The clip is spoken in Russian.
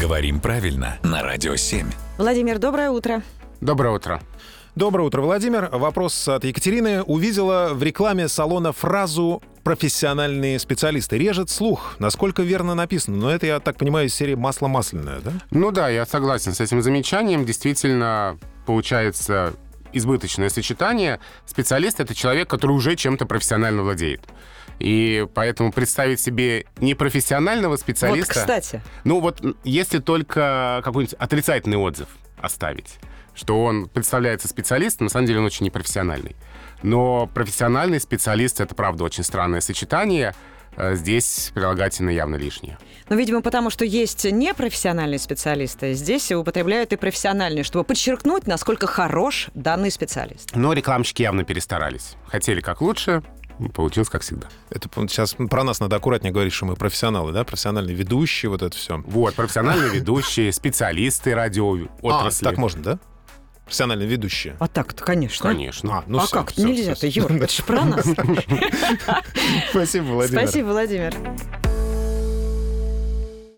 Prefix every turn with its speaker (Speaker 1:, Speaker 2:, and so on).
Speaker 1: Говорим правильно на Радио 7.
Speaker 2: Владимир, доброе утро.
Speaker 3: Доброе утро.
Speaker 4: Доброе утро, Владимир. Вопрос от Екатерины. Увидела в рекламе салона фразу «профессиональные специалисты». Режет слух. Насколько верно написано? Но это, я так понимаю, из серии «Масло масляное», да?
Speaker 3: Ну да, я согласен с этим замечанием. Действительно, получается избыточное сочетание. Специалист — это человек, который уже чем-то профессионально владеет. И поэтому представить себе непрофессионального
Speaker 2: Вот,
Speaker 3: специалиста...
Speaker 2: кстати,
Speaker 3: Ну вот, м, если только какой-нибудь отрицательный отзыв оставить, что он представляется специалистом, на самом деле он очень непрофессиональный. Но профессиональный специалист — это, правда, очень странное сочетание. Э, Здесь прилагательные явно лишние.
Speaker 2: ну, видимо, потому что есть непрофессиональные специалисты, здесь употребляют и профессиональные, чтобы подчеркнуть, насколько хорош данный специалист.
Speaker 3: Но рекламщики явно перестарались. Хотели как лучше, ну, получилось как всегда.
Speaker 4: Это по- сейчас про нас надо аккуратнее говорить, что мы профессионалы, да? Профессиональные ведущие, вот это все.
Speaker 3: Вот, профессиональные ведущие, специалисты радиоотрасли.
Speaker 4: А, так можно, да? Профессиональные ведущие.
Speaker 2: А так-то, конечно.
Speaker 3: Конечно.
Speaker 4: ну
Speaker 2: а
Speaker 4: всё,
Speaker 2: как?
Speaker 4: всё,
Speaker 2: Нельзя-то, Юр, это же про нас.
Speaker 4: Спасибо, Владимир.
Speaker 2: Спасибо, Владимир.